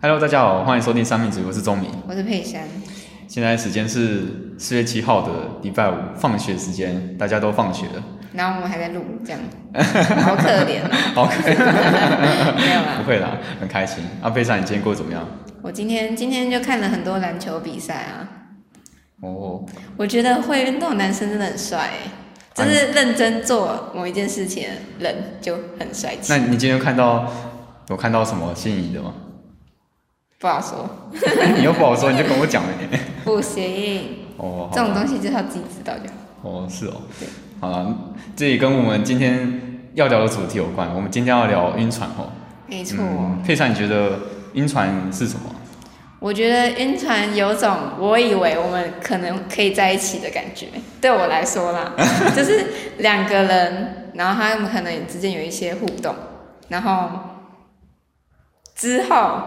Hello，大家好，欢迎收听三明治，我是钟明。我是佩珊。现在时间是四月七号的礼拜五，放学时间，大家都放学了。 然后我们还在录，这样 好可怜 哦。好，可以没有不啦，会啦，很开心。阿贝莎，你今天过得怎么样？我今天今天就看了很多篮球比赛啊，哦，我觉得会运动的男生真的很帅欸，就是认真做某一件事情的人就很帅气那。你今天有看到有看到什么心仪的 吗？不好说，你又不好说，你就跟我讲 了点。不行，哦，这好种吧东西就是要自己知道就好。哦，是哦对。好了，这也跟我们今天要聊的主题有关。我们今天要聊晕船哦。没没错，佩珊，你觉得晕船是什么？我觉得晕船有种我以为我们可能可以在一起的感觉，对我来说啦，就是两个人，然后他们可能之间有一些互动，然后之后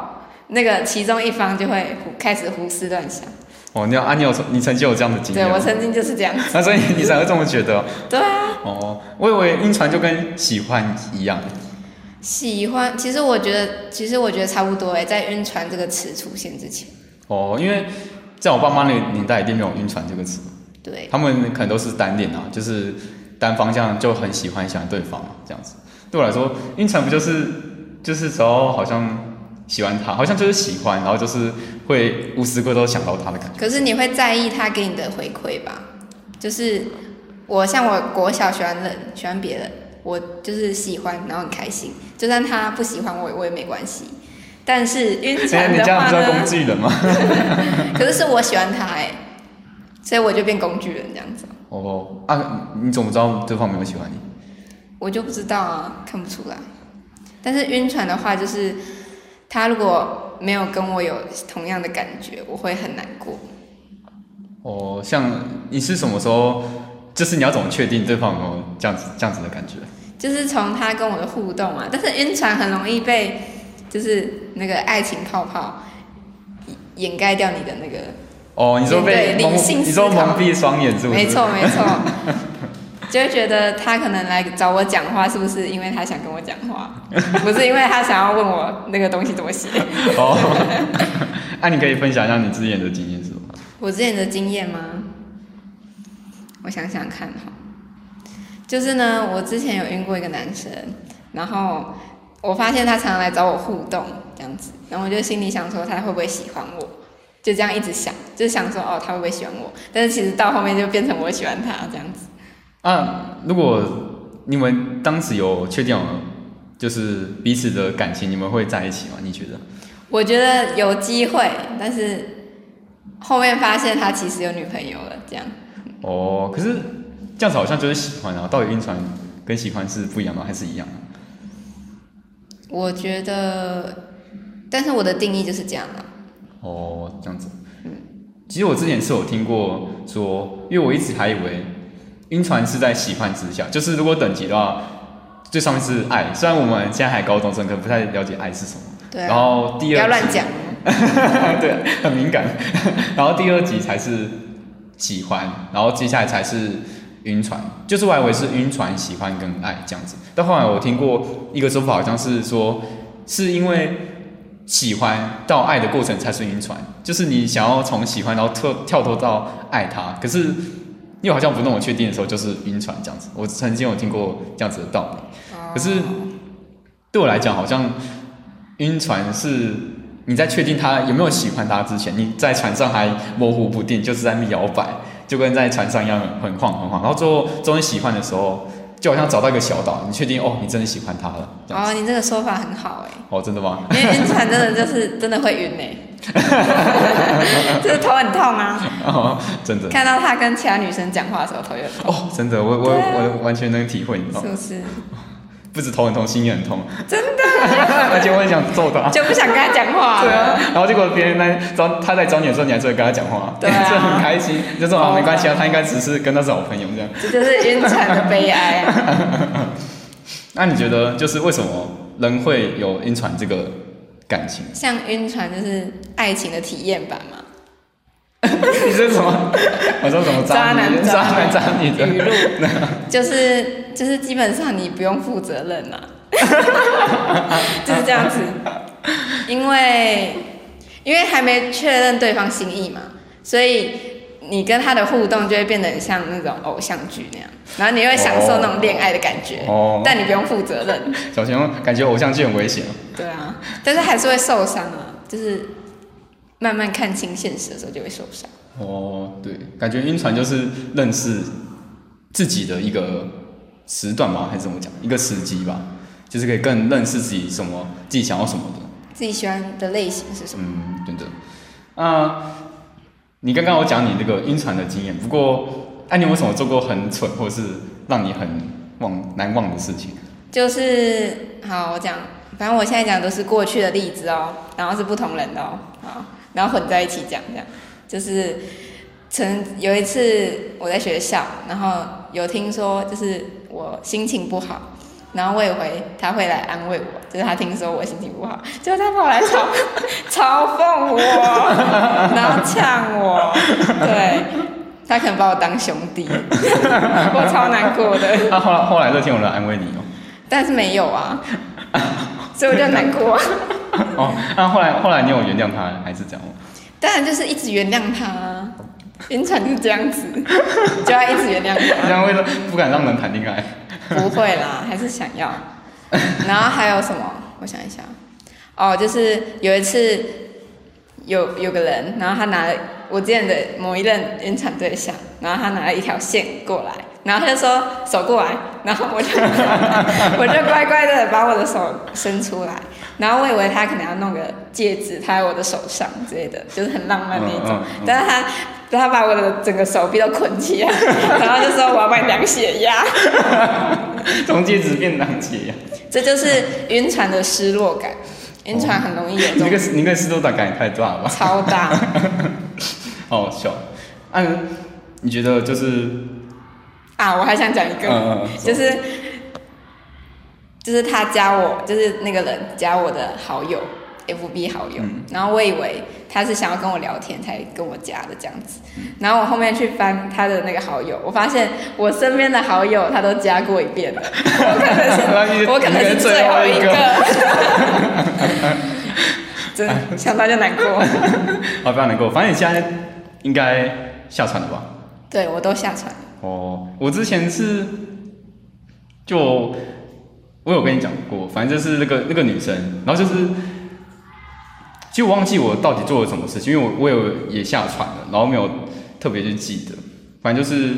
那个其中一方就会胡开始胡思乱想。哦，你有啊，你有你曾经有这样的经对验吗？我曾经就是这样， 那所以你才会这么觉得哦对啊，哦？我以为晕船就跟喜欢一样，喜欢。其实我觉得，其实我觉得差不多哎，在晕船这个词出现之前，哦，因为在我爸妈那个年代一定没有晕船这个词，对，他们可能都是单恋啊，就是单方向就很喜欢喜欢对方这样子。对我来说，晕船不就是就是只要好像喜欢他，好像就是喜欢，然后就是会无时无刻都想到他的感觉。可是你会在意他给你的回馈吧？就是我像我国小喜欢人，喜欢别人，我就是喜欢，然后很开心。就算他不喜欢我，我也没关系。但是晕现在船你的这样话不是要攻呢？击人吗？可是是我喜欢他哎、所以我就变工具人这样子，哦啊，你怎么知道对方没有喜欢你？我就不知道啊，看不出来。但是晕船的话，就是他如果没有跟我有同样的感觉，我会很难过。哦，像你是什么时候？就是你要怎么确定对方有没有这样子这样子的感觉？就是从他跟我的互动啊，但是晕船很容易被就是那个爱情泡泡掩盖掉你的那个，哦，你说被对蒙，理性你思说考蒙蔽双眼是不是？没错没错， 就会觉得他可能来找我讲话，是不是因为他想跟我讲话，不是因为他想要问我那个东西怎么写？哦， 那、你可以分享一下你之前的经验是吗？我之前的经验吗？我想想看哈，就是呢，我之前有晕过一个男生，然后我发现他常常来找我互动这样子，然后我就心里想说他会不会喜欢我，就这样一直想，就是想说哦他会不会喜欢我，但是其实到后面就变成我喜欢他这样子，啊，如果你们当时有确定有就是彼此的感情，你们会在一起吗？你觉得？我觉得有机会，但是后面发现他其实有女朋友了这样。哦，可是这样子好像就是喜欢啊，到底晕船跟喜欢是不一样吗？还是一样？我觉得，但是我的定义就是这样啊。哦，这样子。其实我之前是有听过说，因为我一直还以为晕船是在喜欢之下，就是如果等级的话，最上面是爱。虽然我们现在还高中生，可能不太了解爱是什么。对然啊，后不第要二乱集，讲。 对，很敏感。然后第二集才是喜欢，然后接下来才是晕船。就是我还以为是晕船、喜欢跟爱这样子，但后来我听过一个说法，好像是说是因为喜欢到爱的过程才是晕船，就是你想要从喜欢然后跳跳脱到爱他，可是又好像不那么确定的时候，就是晕船这样子。我曾经有听过这样子的道理。哦可是对我来讲，好像晕船是你在确定他有没有喜欢他之前，你在船上还模糊不定，就是在那边摇摆，就跟在船上一样很晃很晃。然后最后终于喜欢的时候，就好像找到一个小岛，你确定哦，你真的喜欢他了。这样哦，你这个说法很好哎、哦，真的吗？ 因为晕船真的就是 真的会晕哎、就是头很痛啊。哦，真的。看到他跟其他女生讲话的时候头就很痛，哦，真的，我我对啊我完全能体会，你知道是吗，不是？不止头很痛，心也很痛，真的， 而且我很想揍他，就不想跟他讲话对了。啊，然后结果别人来找他来找你的时候，你还是会跟他讲话，对啊这很开心，你就说啊没关系啊，他应该只是跟他是好朋友这 样。 这就是晕船的悲哀啊！？那你觉得就是为什么人会有晕船这个感情像晕船就是爱情的体验版嘛。 你这是什么？ 我说什么渣女男渣渣男男渣女的语录就是就是啊 基本上你不用负责任嘛，就是这样子。因为因为还没确认对方心意嘛，所以你跟他的互动就会变得很像那种偶像剧那样，然后你会享受那种恋爱的感觉， 哦但你不用负责任，小熊感觉偶像剧很危险哦。对啊，但是还是会受伤啊，就是慢慢看清现实的时候就会受伤。哦，对，感觉晕船就是认识自己的一个时段吧，还是怎么讲，一个时机吧，就是可以更认识自己什么，自己想要什么的。自己喜欢的类型是什么？嗯，对的。啊，你刚刚我讲你这个晕船的经验，不过，哎、你有没有什么做过很蠢或是让你很忘难忘的事情？就是好，我讲，反正我现在讲都是过去的例子哦，然后是不同人的哦，好，然后混在一起讲，这样就是曾有一次我在学校，然后有听说就是我心情不好，然后我也回他会来安慰我，就是他听说我心情不好，结果他跑来嘲 嘲讽我，然后呛我，对。他可能把我当兄弟， 我超难过的。那、啊后来后来乐天有人安慰你哦。但是没有啊，所以我就很难过。啊哦，那、后来后来你有原谅他还是这样吗？当然就是一直原谅他、啊，晕船就是这样子，就要一直原谅这他。样会说不敢让人谈恋爱。 不会啦，还是想 要。然后还有什么？我想一下。哦，就是有一次有有个人，然后他拿了我之前的某一任晕船对象，然后他拿了一条线过来，然后他就说手过来，然后我就 我就乖乖的把我的手伸出来，然后我以为他可能要弄个戒指拍我的手上之类的，就是很浪漫那一种嗯嗯嗯，但是他。他把我的整个手臂都捆起来， 然后就说我要帮你量血压，从戒指变啊当戒呀。这就是晕船的失落感。晕船很容易有哦你那这个种你那个湿度感也太大了吧，超 大。好好笑。嗯，你觉得就是啊，我还想讲一个，嗯嗯嗯就是就是他加我，就是那个人加我的好友，FB 好友，嗯然后我以为他是想要跟我聊天才跟我加的这样子，然后我后面去翻他的那个好友，我发现我身边的好友他都加过一 遍了，我可那 你能是我可能是你可能最后一最后个。真的想到就难过，啊，不要难过，反正你现在应该下船了吧？对我都下船了。哦，我之前是就我有跟你讲过，反正就是那个那个女生，然后就是其实我忘记我到底做了什么事情，因为我我有也下船了，然后没有特别去记得，反正就是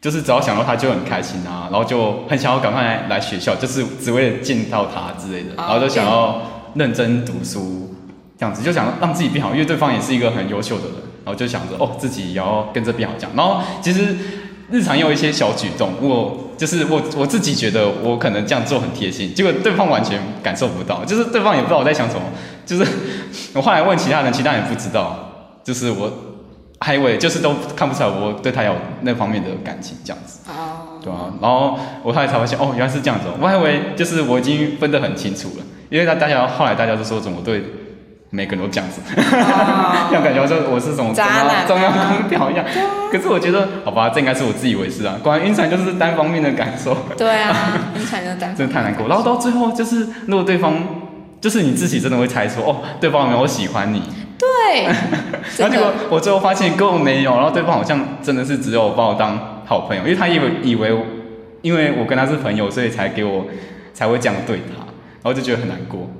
就是只要想到她就很开心啊，然后就很想要赶快来来学校，就是只为了见到她之类的，哦然后就想要认真读书。这样子就想让自己变好，因为对方也是一个很优秀的人，然后就想着哦，自己也要跟着变好这样。然后其实日常也有一些小举动，我就是我我自己觉得我可能这样做很贴心，结果对方完全感受不到，就是对方也不知道我在想什么。就是我后来问其他人，其他人也不知道，就是我还以为就是都看不出来我对他有那方面的感情这样子。哦，对啊，然后我后来才发现，哦，原来是这样子、哦，我还以为就是我已经分得很清楚了，因为他大家后来大家都说怎么对每个人都这样子， 哦要感觉就我是什么渣男啊中央空调一样。可是我觉得，好吧，这应该是我自以为是啊，果然晕船就是单方面的感 受，对 啊，晕船就单真的太难过。然后到最后就是，如果对方就是你自己真的会猜出，哦，对方有没有喜欢你， 对，然后真结的果我最后发现根本没有，然后对方好像真的是只有把我当好朋友，因为他以为以为我因为我跟他是朋友，所以才给我才会这样对他，然后就觉得很难过。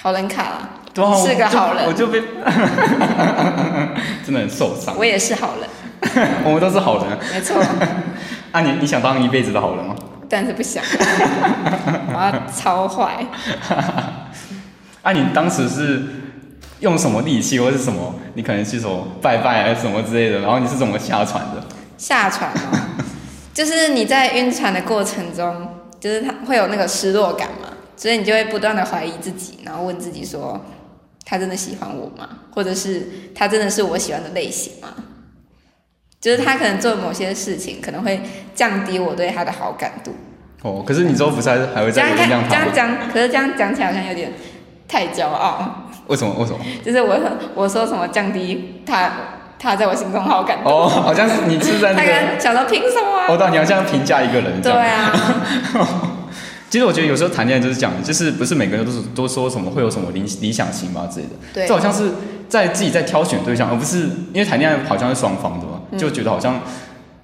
好人卡啦，对啊，是个好我人，就我就被 真的很受伤。我也是好人，我们都是好人 没错，啊，你你想当一辈子的好人吗？但是 不想，我要超坏，啊，你当时是用什么力气，或是什么？你可能去什么拜拜啊还是什么之类的，然后你是怎么下船的？下船哦， 就是你在晕船的过程中，就是他会有那个失落感嘛，所以你就会不断的怀疑自己，然后问自己说，他真的喜欢我吗？或者是他真的是我喜欢的类型吗？就是他可能做某些事情，可能会降低我对他的好感度。哦，可是你之后不是还还会这再样原看，谅这他样吗？讲，可是这样讲起来好像有点太骄傲。为什么？为什么？就是我我说什么降低他他在我心中好感度，哦，好像是你是在他那可个。哦能想到凭什么啊？啊哦，对，你要这样评价一个人，这对样。啊，其实我觉得有时候谈恋爱就是这样，就是不是每个人都是都说什么会有什么理理想型嘛之类的，对这好像是在自己在挑选对象，而不是因为谈恋爱好像是双方的嘛，就觉得好像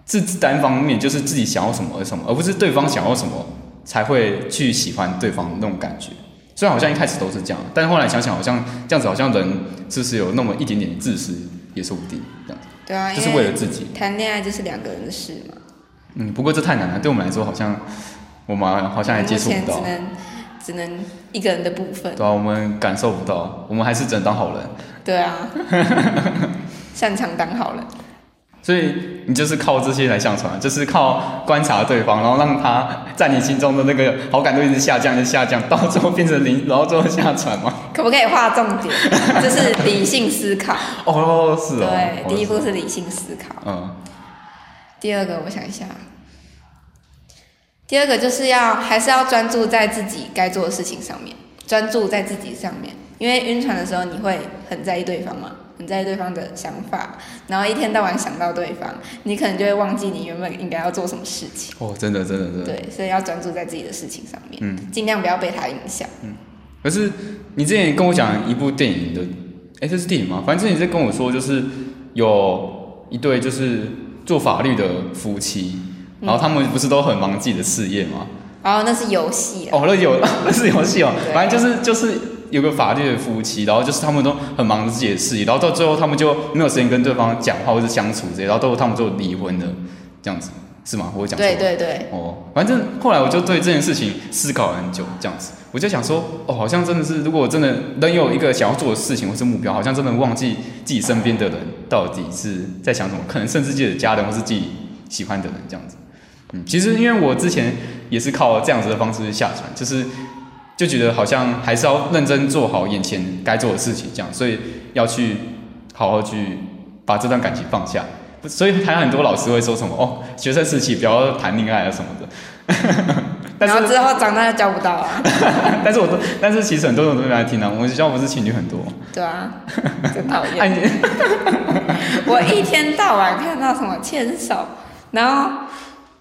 是单方面，就是自己想要什么而什么，而不是对方想要什么才会去喜欢对方那种感觉。虽然好像一开始都是这样，但是后来想想，好像这样子好像人是不是有那么一点点自私，也说不定这样子，对啊，就是因为了自己。谈恋爱就是两个人的事嘛。嗯，不过这太难了，对我们来说好像我们好像还接触不到目。前只能只能一个人的部分。对啊，我们感受不到，我们还是只能当好人。对啊，擅长当好人。所以你就是靠这些来上传，就是靠观察对方，然后让他在你心中的那个好感度一直下降，一直下降，到最后变成零，然后最后下传嘛。 可不可以划重点？就是理性思考。哦，是哦。对，哦第一步。是理性思考。嗯，第二个，我想一下。第二个就是要还是要专注在自己该做的事情上面，专注在自己上面，因为晕船的时候你会很在意对方嘛，很在意对方的想法，然后一天到晚想到对方，你可能就会忘记你原本应该要做什么事情。哦，真的，真的，真的。对，所以要专注在自己的事情上面，嗯尽量不要被他影响。可是你之前跟我讲一部电影的，哎，这是电影吗？反正之前你在跟我说，就是有一对就是做法律的夫妻，嗯然后他们不是都很忙自己的事业吗？然后那是游戏啊，哦，那 有那是游戏哦，对啊反正就是就是有个法律的夫妻，然后就是他们都很忙着自己的事业，然后到最后他们就没有时间跟对方讲话或者相处这些，然后到最后他们就离婚了，这样子是吗？我有讲错对吗对对，哦，反正后来我就对这件事情思考了很久，这样子，我就想说，哦，好像真的是，如果我真的能有一个想要做的事情或是目标，好像真的忘记自己身边的人到底是在想什么，可能甚至自己的家人或是自己喜欢的人这样子。嗯，其实因为我之前也是靠这样子的方式去下船，就是就觉得好像还是要认真做好眼前该做的事情，这样，所以要去好好去把这段感情放下。不所以台上很多老师会说什么哦，学生时期不要谈恋爱啊什么的。 但然后是，之后长大就交不到啊，但是我都，但是其实很多人都没来听啊。我们学校不是情侣很多，对啊，真讨 哎、厌。你 我一天到晚看到什么牵手，然后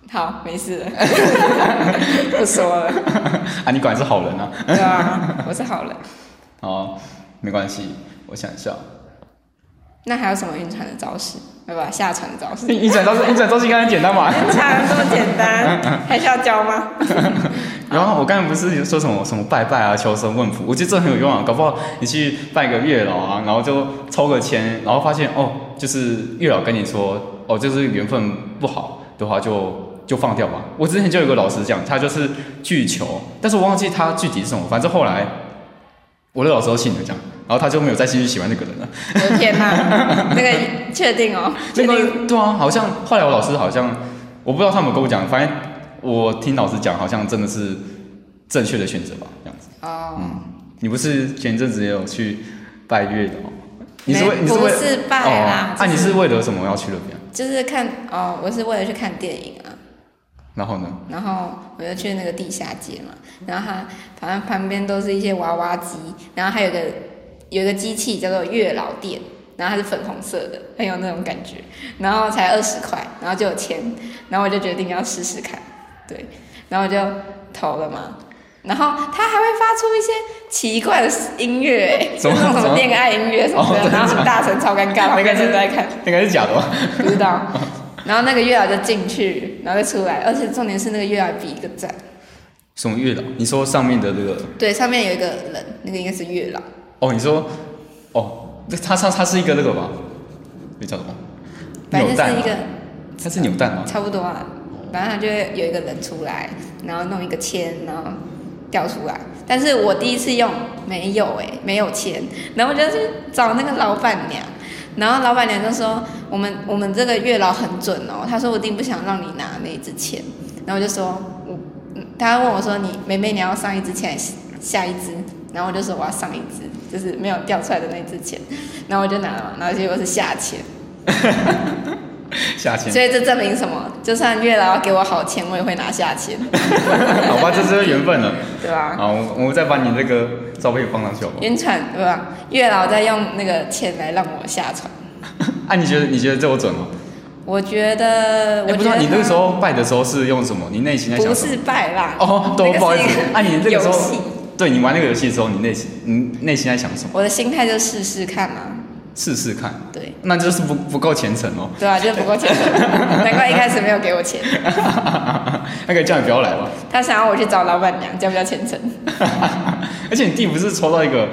好没事了， 不说了，啊，你果然是好人啊。对啊，我是好人。哦，没关系，我想一下。那还有什么晕船的招式？对吧？下船的招式，你你转招式，你转招式应该很简单吧？晕船这么简单，还需要教吗？然后我刚才不是说什么什么拜拜啊、求神问卜，我觉得这很有用啊，搞不好你去拜个月老啊，然后就抽个签，然后发现哦，就是月老跟你说哦，就是缘分不好的话就就放掉吧。我之前就有个老师讲，他就是去求，但是我忘记他具体是什么，反正后来我的老师都信了这样，然后他就没有再继续喜欢那个人了。我的天哪、那个确定哦，那确定个对啊，好像后来我老师好像我不知道他们跟我讲，反正我听老师讲，好像真的是正确的选择吧，这样子。哦。你不是前阵子也有去拜月老？你是没为你是我为不是拜哦啊，啦就是你是为了什么要去那边？就是看哦，我是为了去看电影啊，然后呢？然后我就去那个地下街嘛，然后它反正旁边都是一些娃娃机，然后还有个有一个机器叫做月老店，然后它是粉红色的，很有那种感觉，然后才二十块，然后就有钱，然后我就决定要试试看，对，然后我就投了嘛。然后它还会发出一些奇怪的音乐，欸什么就是那种什什么么恋爱音乐什么哦的，真的然后很大声，超尴尬，那旁个边是人都在看。那个是假的哦吗？不知道。然后那个月老就进去，然后就出来，而且重点是那个月老比一个赞，什么月老？你说上面的那个？对，上面有一个人，那个应该是月老，哦，你说哦，那它它它是一个那个吧？那叫什么？反正扭蛋是吗一个它是扭蛋吗？差不多啊，反正他就会有一个人出来，然后弄一个签，然后掉出来。但是我第一次用没有哎、没有签，然后我就去找那个老板娘，然后老板娘就说我们 我们这个月老很准哦，她说我一定不想让你拿那一支签，然后我就说我，嗯她问我说你妹妹你要上一支签还是下一支，然后我就说我要上一支，就是没有掉出来的那一支签，然后我就拿了嘛，然后结果是下签。下签？所以这证明什么？就算月老要给我好钱，我也会拿 下钱， 好吧，这就是缘分了。对吧？好，我我再把你那个照片放上去好不好？晕船对吧？月老在用那个钱来让我下船，啊，你觉得你觉得这我准吗？我觉得，呃我哎，不觉知道得你那个他时候拜的时候是用什么？你内心在想不什么？是拜啦，哦，那都个是不好意一思个，啊，你那个时游戏候，对你玩那个游戏的时候，你内心你内心在想什么？我的心态就试试看嘛，试试看，对，那就是不不够虔诚哦。 对啊，就是不够钱，难怪一开始没有给我钱，那个叫你不要来吧。 他想要我去找老板娘，叫不叫虔诚？而且你弟不是抽到一个，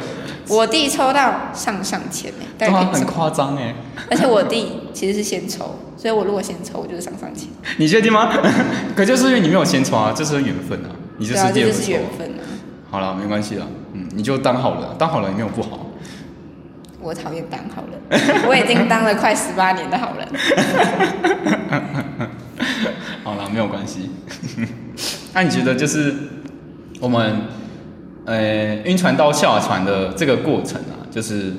我弟抽到上上欸签诶、对但啊，是凭很什么？夸张哎。而且我弟其实是先抽，所以我如果先抽，我就是上上签。你确定吗？ 可就是因为你没有先抽啊，这是缘分啊，你就对啊，是第这二就个是抽缘啊。分啊！好了，没关系了，嗯，你就当好了，当好了也没有不好。我讨厌当好人， 我已经当了快十八年的好人。好了，没有关系。 那你觉得就是我们呃晕船到下船的这个过程啊，就是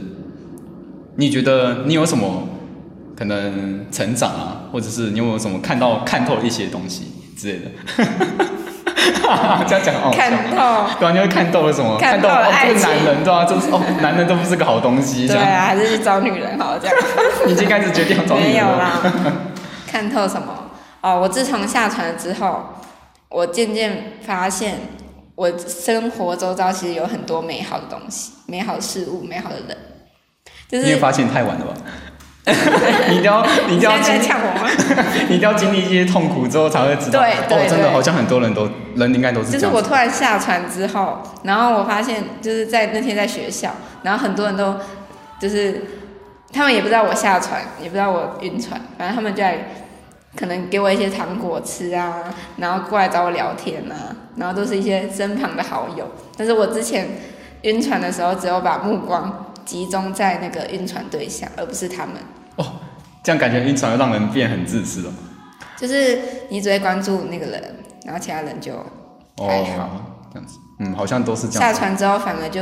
你觉得你有什么可能成长啊，或者是你有没有什么看到看透一些东西之类的？ 这样讲哦，看透，对啊，你会看透了什么？看透透了哦，这爱个情男人对啊，就是哦，男人都不是个好东西，这对样、啊，还是去找女人好了这样。你已经开始决定要 找女没人有了。 啦，看透什么？哦，我自从下船之后，我渐渐发现，我生活周遭其实有很多美好的东西、美好的事物、美好的人。就你也是发现太晚 了吧？你一定要，你一定现要在在经呛我吗？ 你一定要经历一些痛苦之后才会知道，对对哦，真的对好像很多人都人应该都是就这是样我子。突然下船之后，然后我发现就是在那天在学校，然后很多人都就是他们也不知道我下船，也不知道我晕船，反正他们就来可能给我一些糖果吃啊，然后过来找我聊天啊，然后都是一些身旁的好友。但是我之前晕船的时候，只有把目光集中在那个晕船对象，而不是他们。这样感觉晕船会让人变很自私了。就是你只会关注那个人，然后其他人就还好。哦，这样子，嗯，好像都是这样下子。船之后，反而就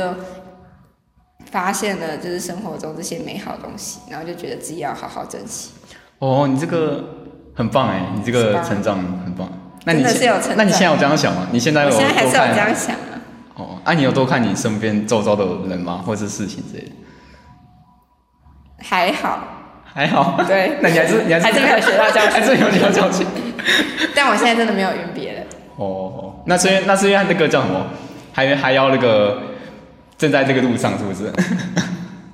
发现了就是生活中这些美好的东西，然后就觉得自己要好好珍惜。哦，你这个很棒哎，你这是个吧成长很棒。那你真的现是有成长那你现在有这样想吗？你现在有我多现在还看？是有这样想啊，哦，啊，你有多看你身边周遭的人吗？或是事情之类的？还好，还好，，对 那你还是你还是还是没有学到教训 还是没有学到教训。但我现在真的没有晕别人。哦，那是因为那是因为那个叫什么，还还要那个正在这个路上是不是？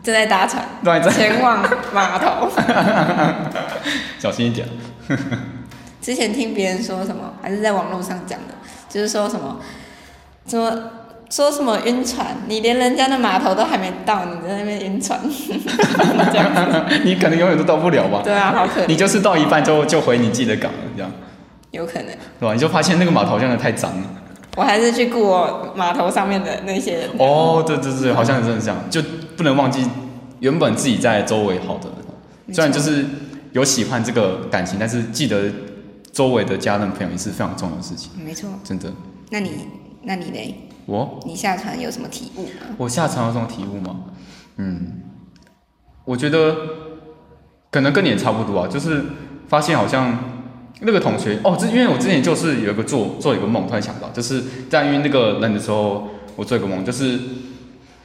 正在搭船，对，这前往码头。 小心一点。 之前听别人说什么，还是在网络上讲的，就是说什么，什么说什么晕船，你连人家的码头都还没到，你在那边晕 船，这样子，你可能永远都到不了吧？对啊，好可你就是到一半就就回你自己的港了，这样有可能。对吧？你就发现那个码头真的太脏了。我还是去顾我码头上面的那些人。哦，对对对，好像真的是这样，就不能忘记原本自己在周围好的人。没错虽然就是有喜欢这个感情，但是记得周围的家人朋友也是非常重要的事情，没错，真的。那你那你嘞？我你下船有什么体悟 吗？我下船有什么体悟吗？嗯，我觉得可能跟你也差不多啊，就是发现好像那个同学哦，这因为我之前就是有一个做做一个梦，突然想到，就是在因为那个人的时候，我做一个梦，就是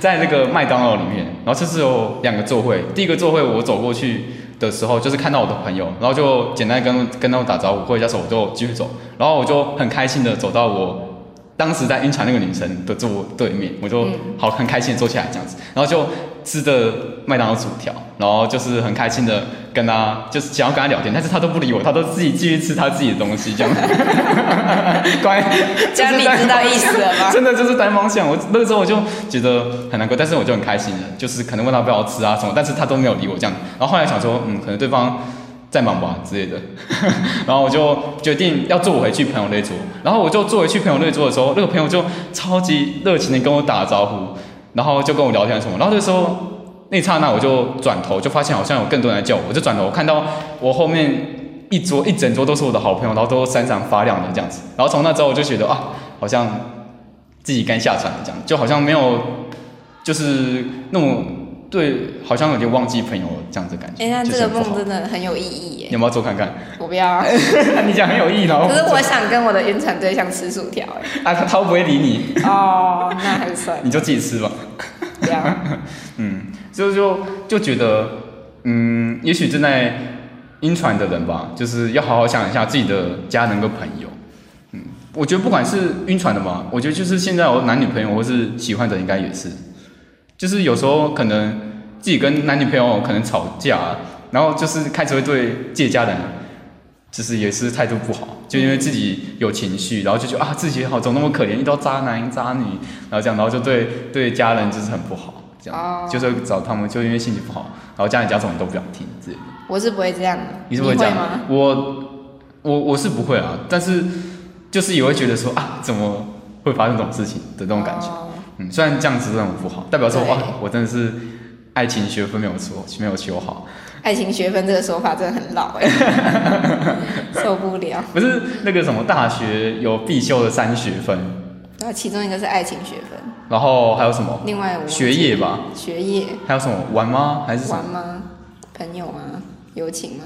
在那个麦当劳里面，然后就是有两个座位，第一个座位我走过去的时候，就是看到我的朋友，然后就简单跟跟他们打招呼，挥一下手，我就继续走，然后我就很开心的走到我当时在晕船那个女生的坐对面，我就嗯好很开心的坐起来这样子，然后就吃着麦当劳薯条，然后就是很开心的跟她就是想要跟她聊天，但是她都不理我，她都自己继续吃她自己的东西这样。 乖，这样就是你在知道意思了 吗？真的就是单方向。我那个时候我就觉得很难过，但是我就很开心的，就是可能问他不要吃啊什么，但是他都没有理我这样。然后后来想说，嗯，可能对方在忙吧之类的。 然后我就决定要坐回去朋友那桌。然后我就坐回去朋友那桌的时候，那个朋友就超级热情的跟我打招呼，然后就跟我聊天什么。然后那时候那一刹那我就转头，就发现好像有更多人在叫我，我就转头看到我后面。一桌一整桌都是我的好朋友，然后都闪闪发亮的这样子。然后从那之后我就觉得啊，好像自己该下船了，这样就好像没有就是那种对，好像有点忘记朋友这样子的感觉。 哎、那就这是个很不好梦真的很有意义你耶！有没有做看看？ 我不要，你讲很有意义，然后可是我想跟我的晕船对象吃薯条哎。啊，他他会不会理你，哦，那还是算了你就自己吃吧。不要。嗯，就就就觉得，嗯，也许正在晕船的人吧，就是要好好想一下自己的家人跟朋友。嗯，我觉得不管是晕船的嘛，我觉得就是现在我男女朋友或是喜欢的，应该也是，就是有时候可能自己跟男女朋友可能吵架，啊然后就是开始会对自己家人，就是也是态度不好，就因为自己有情绪，然后就觉得啊自己好怎么那么可怜，遇到渣男渣女，然后这样，然后就对对家人就是很不好，这样、哦就是会找他们，就因为心情不好，然后家里家长都不想听之类的。我是不会这样的，你是不会会这样吗？我我我是不会啊，但是就是也会觉得说啊，怎么会发生这种事情的那种感觉。哦嗯，虽然这样子真的很不好，代表说对哇，我真的是爱情学分没有修没有修好，爱情学分这个说法真的很老 哎、受不了。不是那个什么大学有必修的三学分，然后其中一个是爱情学分，然后还有什么另外我学业吧，学业还有什么玩吗？还是什么玩？吗？朋友吗？友情吗？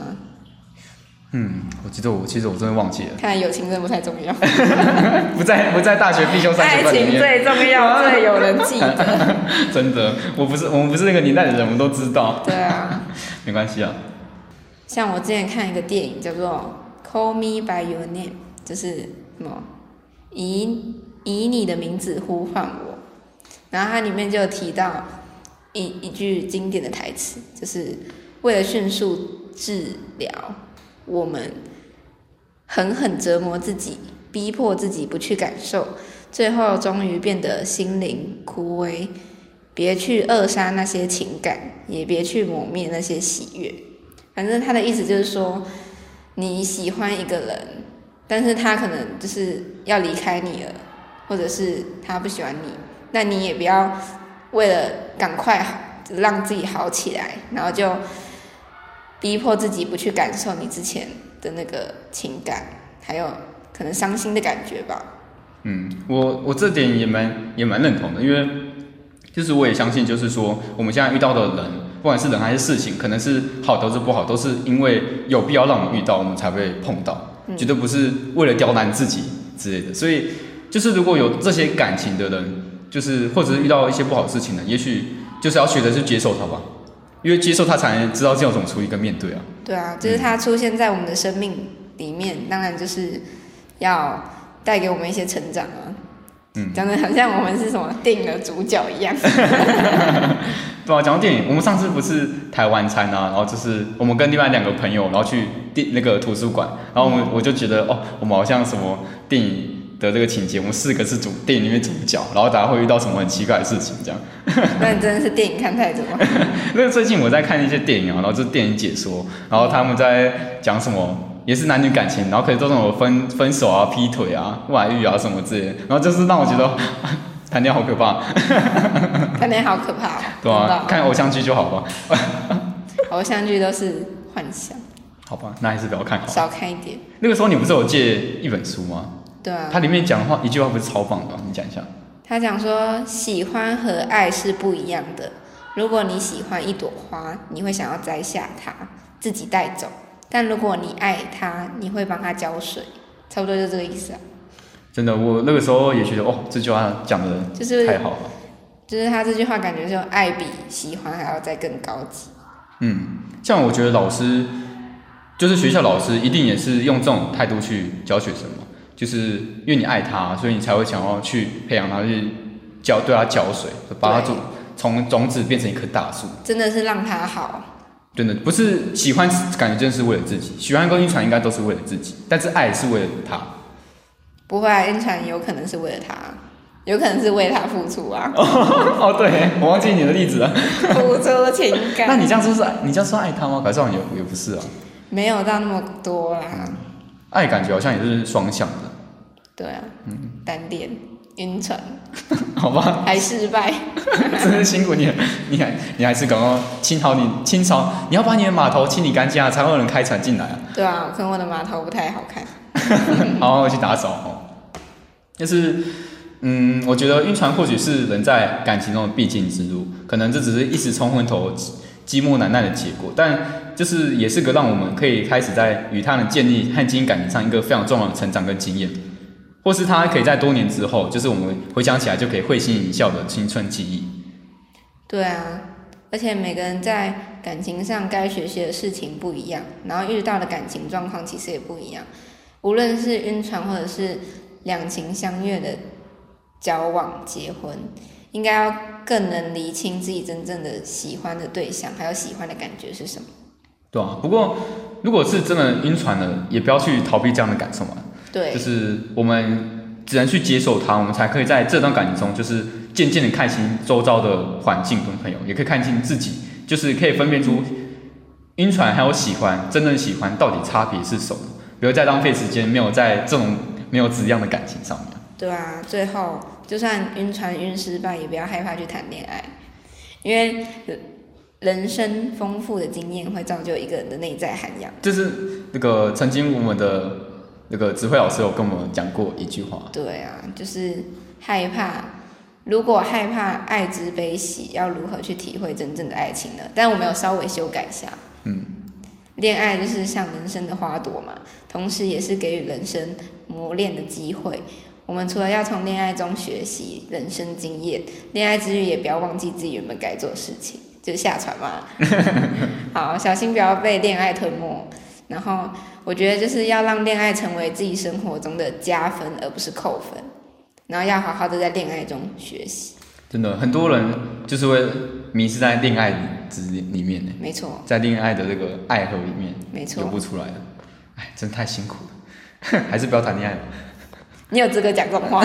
嗯，我记得我其实我真的忘记了，看来友情真的不太重要，不在不在大学必修三爱学分里情面。最重要，最有人记得。真的，我不是我们不是那个年代的人，我们都知道，对啊，没关系啊。像我之前看一个电影叫做《Call Me by Your Name》，就是什么以以你的名字呼唤我，然后它里面就有提到一一句经典的台词，就是为了迅速治疗，我们狠狠折磨自己，逼迫自己不去感受，最后终于变得心灵枯萎。别去扼杀那些情感，也别去抹灭那些喜悦。反正他的意思就是说，你喜欢一个人，但是他可能就是要离开你了，或者是他不喜欢你，那你也不要为了赶快好让自己好起来，然后就逼迫自己不去感受你之前的那个情感，还有可能伤心的感觉吧。嗯，我我这点也蛮也蛮认同的，因为就是我也相信，就是说我们现在遇到的人，不管是人还是事情，可能是好的或是不好，都是因为有必要让你遇到，我们才会碰到，绝对不是为了刁难自己之类的。所以就是如果有这些感情的人，就是或者是遇到一些不好的事情呢，也许就是要学着去接受它吧，因为接受它才能知道这种怎么处理跟面对啊。对啊，就是它出现在我们的生命里面，嗯当然就是要带给我们一些成长啊。嗯讲的好像我们是什么定了主角一 样。对啊，讲到电影，我们上次不是台湾餐啊，然后就是我们跟另外两个朋友，然后去电那个图书馆，然后我们、我就觉得哦，我们好像什么电影的这个情节，我们四个是主电影里面主角，然后大家会遇到什么很奇怪的事情这样。那你真的是电影看 太多。那个最近我在看一些电影啊，然后就是电影解说，然后他们在讲什么。也是男女感情，然后可以做那种分分手啊、劈腿啊、外遇啊什么之类的，然后就是让我觉得 谈恋爱好可怕，看来好可怕哦。对啊，看偶像剧就好吧，真的偶像剧都是幻想，好吧，那还是不要看好了。少看一点。那个时候你不是有借一本书吗？对啊，它里面讲的话一句话不是超棒的吗，你讲一下。他讲说，喜欢和爱是不一样的。如果你喜欢一朵花，你会想要摘下它，自己带走；但如果你爱它，你会帮它浇水，差不多就这个意思啊。真的，我那个时候也觉得哦，这句话讲的就是太好了。就是他这句话感觉就爱比喜欢还要再更高级。嗯，像我觉得老师，就是学校老师一定也是用这种态度去教学生嘛，就是因为你爱他，所以你才会想要去培养他，去浇对他浇水，把他对种从种子变成一棵大树。真的是让他好，真的不是喜欢，感觉真的是为了自己。喜欢跟晕船应该都是为了自己，但是爱是为了他。 不会啊，晕船有可能是为了他，有可能是为他付出啊， 哦，对，我忘记你的例子了。付出情那感，你这样说是你这样说爱他吗？可是好像也也不是啊，没有到那么多啦。爱感觉好像也是双向的， 对啊，嗯单恋、晕船好吧？ 还失败，真是辛苦你了，你还你还是赶快清好你清扫，你要把你的码头清理干净啊，才会有人开船进来啊，对啊，可能我的码头不太好看。好好去打扫哦。就是，嗯，我觉得晕船或许是人在感情中的必经之路，可能这只是一时冲昏头、寂寂寞难耐的结果，但就是也是个让我们可以开始在与他人建立和经营感情上一个非常重要的成长跟经验。或是他可以在多年之后，就是我们回想起来就可以会心一笑的青春记忆。对啊，而且每个人在感情上该学习的事情不一样，然后遇到的感情状况其实也不一样。无论是晕船或者是两情相悦的交往、结婚，应该要更能厘清自己真正的喜欢的对象，还有喜欢的感觉是什么。对啊，不过如果是真的晕船了，也不要去逃避这样的感受嘛。对就，是我们只能去接受它，我们才可以在这段感情中，就是渐渐的看清周遭的环境跟朋友，也可以看清自己，就是可以分辨出晕船还有喜欢，真正喜欢到底差别是什么，不要再浪费时间，没有在这种没有质量的感情上面。对啊，最后就算晕船晕失败，也不要害怕去谈恋爱，因为人生丰富的经验会造就一个人的内在涵养。就是那个曾经我们的那个指挥老师有跟我们讲过一句话，对啊，就是害怕。如果害怕爱之悲喜，要如何去体会真正的爱情呢？但我们有稍微修改一下，嗯，恋爱就是像人生的花朵嘛，同时也是给予人生磨练的机会。我们除了要从恋爱中学习人生经验，恋爱之余也不要忘记自己原本该做的事情，就是下船嘛。好，小心不要被恋爱吞没。然后我觉得就是要让恋爱成为自己生活中的加分，而不是扣分。然后要好好的在恋爱中学习，真的很多人就是会迷失在恋爱之里面呢，没错，在恋爱的这个爱河里面。没游错。不出来了，哎，真太辛苦了，还是不要谈恋爱吧。你有资格讲这种话？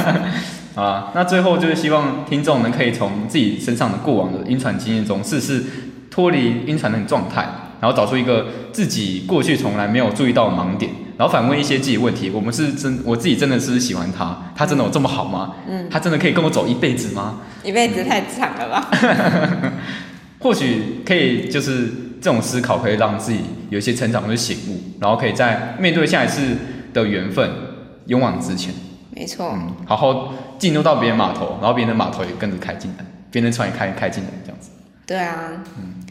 好啦，那最后就是希望听众们可以从自己身上的过往的晕船经验中，试试脱离晕船的状态，然后找出一个自己过去从来没有注意到的盲点，然后反问一些自己问题：我们是真，我自己真的是喜欢他，他真的有这么好吗？嗯，他真的可以跟我走一辈子吗？一辈子太长了吧？或许可以，就是这种思考可以让自己有一些成长跟醒悟，然后可以在面对下一次的缘分，勇往直前。没错。嗯，然后进入到别人码头，然后别人的码头也跟着开进来，别人的船也开开进来，这样子，对啊，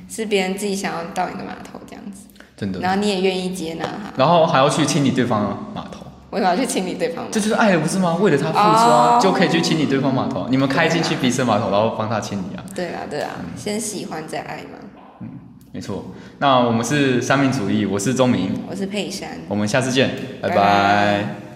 是别人自己想要到你的码头这样子，真的。然后你也愿意接纳他，然后还要去清理对方的码头，为什么要去清理对方呢？这就是爱了，不是吗？为了他付出啊，哦就可以去清理对方码头。你们开进去彼此的码头，然后帮他清理啊，对啦对啦，先喜欢再爱嘛。没错。那我们是三民主义，我是钟明，我是佩珊，我们下次见，拜拜拜拜